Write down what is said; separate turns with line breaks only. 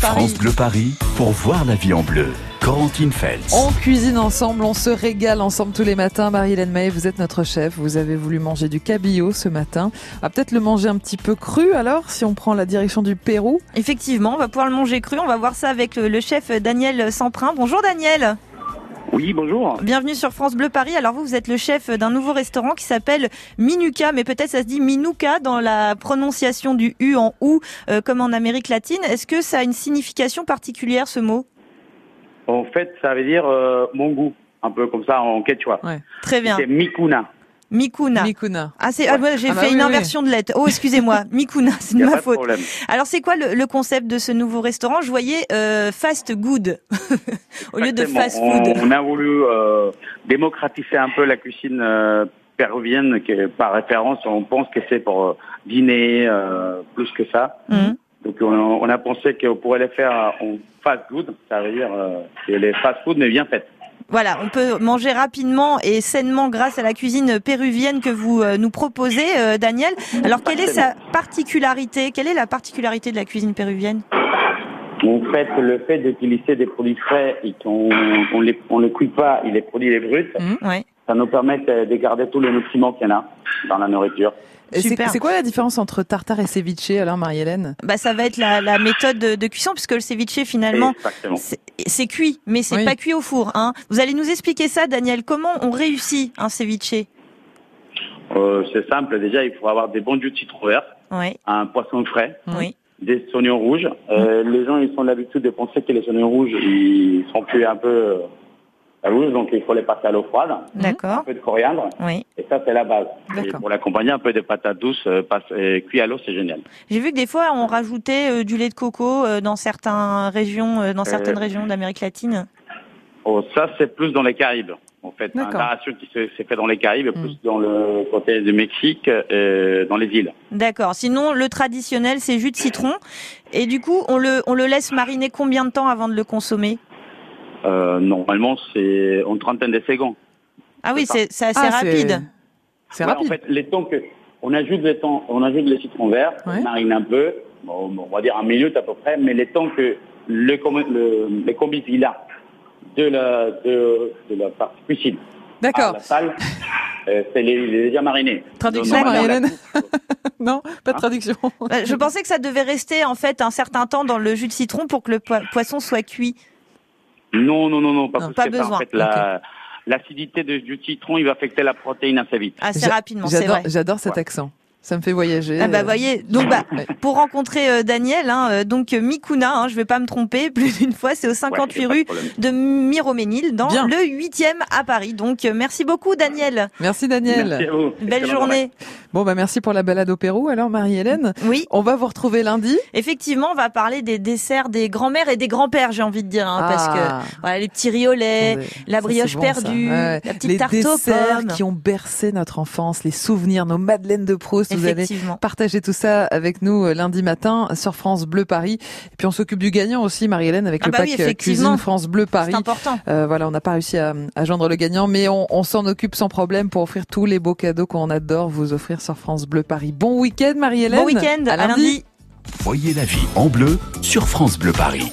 Paris.
France Bleu Paris pour voir la vie en bleu. Corentine Feltz.
On cuisine ensemble, on se régale ensemble tous les matins. Marie-Hélène Maé, vous êtes notre chef. Vous avez voulu manger du cabillaud ce matin. On va peut-être le manger un petit peu cru alors, si on prend la direction du Pérou.
Effectivement, on va pouvoir le manger cru. On va voir ça avec le le chef Daniel Samprin. Bonjour Daniel.
Oui, bonjour.
Bienvenue sur France Bleu Paris. Alors vous, vous êtes le chef d'un nouveau restaurant qui s'appelle Minuka, mais peut-être ça se dit Minuka dans la prononciation du U en OU, euh, comme en Amérique latine. Est-ce que ça a une signification particulière ce mot
En fait, ça veut dire euh, mon goût, un peu comme ça en quechua.
Ouais.
Très bien.
C'est mikuna.
Mikuna.
Mikuna.
Ah, c'est, ah, ouais, j'ai
Ah bah
fait
oui,
une
oui,
inversion de lettre. Oh, excusez-moi. Mikuna, c'est
Il
de
a
ma
pas de
faute.
problème.
Alors, c'est quoi le, le concept de ce nouveau restaurant Je voyais euh, fast good au lieu de
Exactement.
fast food.
On, on a voulu euh, démocratiser un peu la cuisine euh, péruvienne, que, par référence, on pense que c'est pour euh, dîner, euh, plus que ça.
Mhm.
Donc on, on a pensé qu'on pourrait les faire en fast food, ça veut dire euh, que les fast food mais bien faites.
Voilà, on peut manger rapidement et sainement grâce à la cuisine péruvienne que vous euh, nous proposez, euh, Daniel. Alors, quelle est sa particularité Quelle est la particularité de la cuisine péruvienne
En fait, le fait d'utiliser des produits frais et qu'on on les, on les cuit pas, et les produits les bruts,
Ouais.
ça nous permet de de garder tous les nutriments qu'il y en a dans la nourriture.
Et c'est,
Super.
c'est quoi la différence entre tartare et ceviche alors, Marie-Hélène
Bah, ça va être la, la méthode de, de cuisson puisque le ceviche finalement.
Exactement.
C'est c'est cuit, mais c'est
Oui.
pas cuit au four. Hein. Vous allez nous expliquer ça, Daniel. Comment on réussit un ceviche
Euh, c'est simple, déjà, il faut avoir des bons jus de citron vert,
Ouais,
un poisson frais,
Oui.
des oignons rouges. Euh,
Mm.
les gens, ils ont l'habitude de penser que les oignons rouges, ils sont cuits un peu euh, à rouge, donc il faut les passer à l'eau froide, un
D'accord.
peu de coriandre,
Oui.
et ça, c'est la base. Et
D'accord.
pour l'accompagner, un peu de patates douces, euh, passe- euh, cuit à l'eau, c'est génial.
J'ai vu que des fois on rajoutait euh, du lait de coco euh, dans certaines régions, euh, dans certaines régions d'Amérique latine.
Oh, ça, c'est plus dans les Caraïbes, en fait. hein.
D'accord. Mm.
La ration qui se- s'est fait dans les Caraïbes, est plus dans le côté du Mexique, euh, dans les îles.
D'accord. Sinon, le traditionnel, c'est jus de citron. Et du coup, on le, on le laisse mariner combien de temps avant de le consommer
Euh, normalement, c'est en trentaine de secondes.
Ah oui, c'est c'est assez
Ah,
rapide.
C'est, c'est
Ouais,
rapide.
En fait, les temps que on ajoute le temps, on ajoute le citron vert,
Ouais.
on marine un peu, bon, on va dire un minute à peu près, mais les temps que le, com- le, les combis il a de la de, de la partie cuisine à
D'accord.
la salle, euh, c'est les, les déjà mariné.
Traduction,
Donc, normalement,
Marie-Hélène
la coupe,
Non, pas de
Hein
traduction.
Euh, Je pensais que ça devait rester en fait un certain temps dans le jus de citron pour que le po- poisson soit cuit.
Non, non, non, non, pas,
Non,
plus
pas
que ça.
besoin.
En fait, la- l'acidité de- du citron, il va affecter la protéine assez vite.
Assez
J'a-
rapidement, c'est
j'adore,
vrai.
j'adore cet accent. Ça me fait voyager.
Ah bah
euh,
voyez, donc bah
ouais.
pour rencontrer euh, Daniel, hein, euh, donc euh, Mikuna, hein, je vais pas me tromper plus d'une fois, c'est au
Ouais,
58
y a pas de
rue
problème.
de Miroménil dans
Bien.
le 8e à Paris. Donc euh, merci beaucoup Daniel,
Merci Daniel.
Merci à vous.
belle
Excellente journée.
journée.
Bon bah merci pour la balade au Pérou alors Marie-Hélène.
Oui.
On va vous retrouver lundi.
Effectivement, on va parler des desserts des grands-mères et des grands-pères, j'ai envie de dire, hein, parce que
Ah,
voilà, les petits riolets,
attendez,
la
ça,
brioche
c'est bon, ça.
perdue,
Ouais.
la petite
Les
tarte aux
desserts
pommes.
qui ont bercé notre enfance, les souvenirs, nos madeleines de Proust. Vous allez
Effectivement.
partager tout ça avec nous euh, lundi matin sur France Bleu Paris. Et puis on s'occupe du gagnant aussi Marie-Hélène avec
Ah
le
bah
pack
oui,
euh,
effectivement.
cuisine France Bleu Paris.
C'est important.
Euh, voilà, on n'a pas réussi à, à joindre le gagnant, mais on, on s'en occupe sans problème pour offrir tous les beaux cadeaux qu'on adore vous offrir sur France Bleu Paris. Bon week-end, Marie-Hélène.
Bon week-end, à lundi.
Voyez la vie en bleu sur France Bleu Paris.